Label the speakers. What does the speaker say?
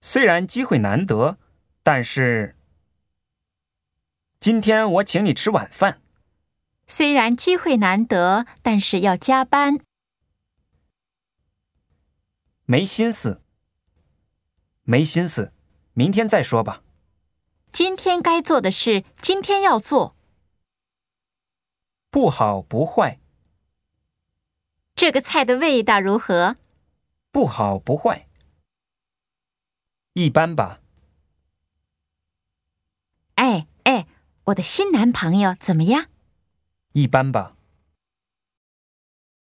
Speaker 1: 虽然机会难得，但是今天我请你吃晚饭。
Speaker 2: 虽然机会难得，但是要加班。
Speaker 1: 没心思，没心思，明天再说吧。
Speaker 2: 今天该做的事，今天要做。
Speaker 1: 不好不坏，
Speaker 2: 这个菜的味道如何？
Speaker 1: 不好不坏，一般吧。
Speaker 2: 哎哎，我的新男朋友怎么样？
Speaker 1: 一般吧。